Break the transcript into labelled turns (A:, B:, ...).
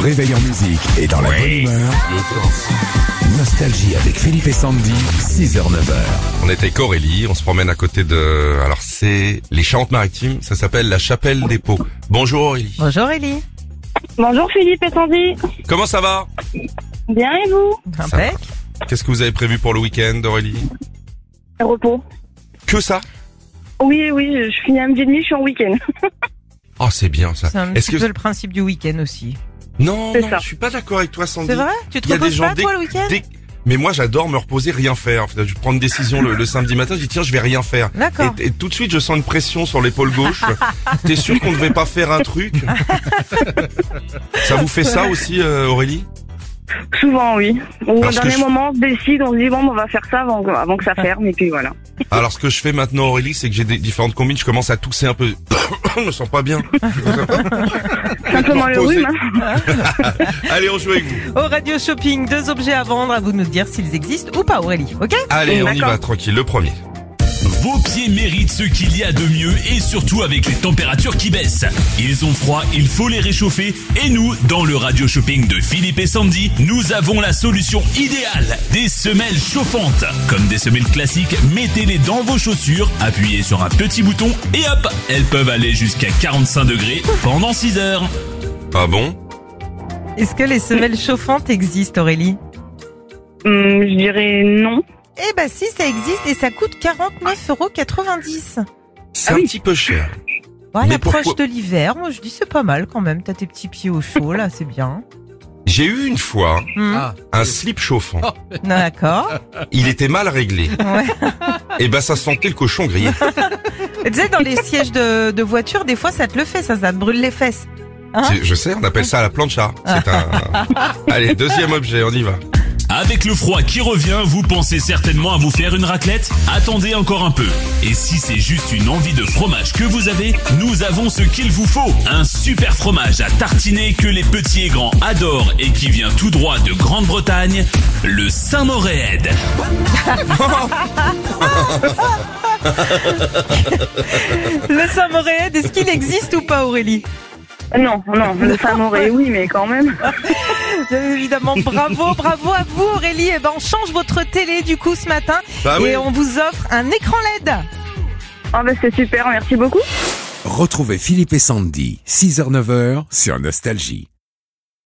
A: réveil en musique et dans la bonne humeur. Nostalgie avec Philippe et Sandy, 6h-9h.
B: On était avec Aurélie, on se promène à côté de... Alors c'est les Charentes-Maritimes, ça s'appelle la Chapelle des Pots. Bonjour Aurélie.
C: Bonjour Ellie.
D: Bonjour Philippe et Sandy.
B: Comment ça va
D: Bien et vous
C: Impec.
B: Qu'est-ce que vous avez prévu pour le week-end Aurélie
D: Repos.
B: Que ça
D: Oui, oui, je- je finis à midi et demi, je suis en week-end.
B: Oh c'est bien ça.
C: C'est un
B: Est-ce
C: petit
B: que...
C: peu le principe du week-end aussi.
B: Non,
D: C'est
B: non,
D: ça.
B: je suis pas d'accord avec toi Sandy.
C: C'est vrai Tu te
B: Il y a des
C: reposes
B: gens
C: pas
B: dès-
C: toi le week-end
B: dès- Mais moi j'adore me reposer, rien faire. Faut- Je prends une décision le, le samedi matin, je dis tiens je vais rien faire.
C: D'accord.
B: Et, et tout de suite je sens une pression sur l'épaule gauche. T'es sûr qu'on ne devait pas faire un truc Ça vous fait ça aussi euh, Aurélie
D: Souvent, oui. Ou au
B: Parce que
D: dernier
B: je-
D: moment, on se décide, on se dit bon, on va faire ça avant, avant que ça ferme, et puis voilà.
B: Alors ce que je fais maintenant Aurélie, c'est que j'ai des différentes combines, je commence à tousser un peu. je me sens pas bien.
D: Simplement le
B: Reposer.
D: rhume. hein.
B: Allez, on joue avec vous.
C: Au Radio Shopping, deux objets à vendre, à vous de nous dire s'ils existent ou pas Aurélie, ok
B: Allez, on y
D: D'accord.
B: va tranquille, le premier.
E: Vos pieds méritent ce qu'il y a de mieux et surtout avec les températures qui baissent. Ils ont froid, il faut les réchauffer et nous, dans le radio shopping de Philippe et Sandy, nous avons la solution idéale. Des semelles chauffantes. Comme des semelles classiques, mettez-les dans vos chaussures, appuyez sur un petit bouton et hop, elles peuvent aller jusqu'à 45 degrés pendant 6 heures.
B: Ah bon
C: Est-ce que les semelles chauffantes existent Aurélie
D: Hum, je dirais non.
C: Eh ben si, ça existe et ça coûte 49,90 euros. Ah
B: C'est un petit peu cher.
C: Voilà,
B: Mais
C: l'approche
B: pourquoi-
C: de l'hiver, moi je dis c'est pas mal quand même, t'as tes petits pieds au chaud là, c'est bien.
B: J'ai eu une fois
C: Hmm,
B: un slip chauffant.
C: D'accord.
B: Il était mal réglé.
C: Ouais.
B: Et ben ça sentait le cochon grillé.
C: Tu sais, dans les sièges de, de voiture, des fois ça te le fait, ça, ça te brûle les fesses. Hein
B: C'est- Je sais, on appelle ça la plancha. C'est un. Allez, deuxième objet, on y va.
E: Avec le froid qui revient, vous pensez certainement à vous faire une raclette Attendez encore un peu. Et si c'est juste une envie de fromage que vous avez, nous avons ce qu'il vous faut. Un super fromage à tartiner que les petits et grands adorent et qui vient tout droit de Grande-Bretagne, le Saint-Moréed.
C: Le Saint-Moréed, est-ce qu'il existe ou pas Aurélie
D: Non, non, le samouraï, oui, mais quand même.
C: Bien évidemment, bravo, bravo à vous Aurélie. Et ben, on change votre télé du coup ce matin
B: Bah oui.
C: et on vous offre un écran E LED.
D: Ah ben c'est super, merci beaucoup.
A: Retrouvez Philippe et Sandy, 6h-9h sur Nostalgie.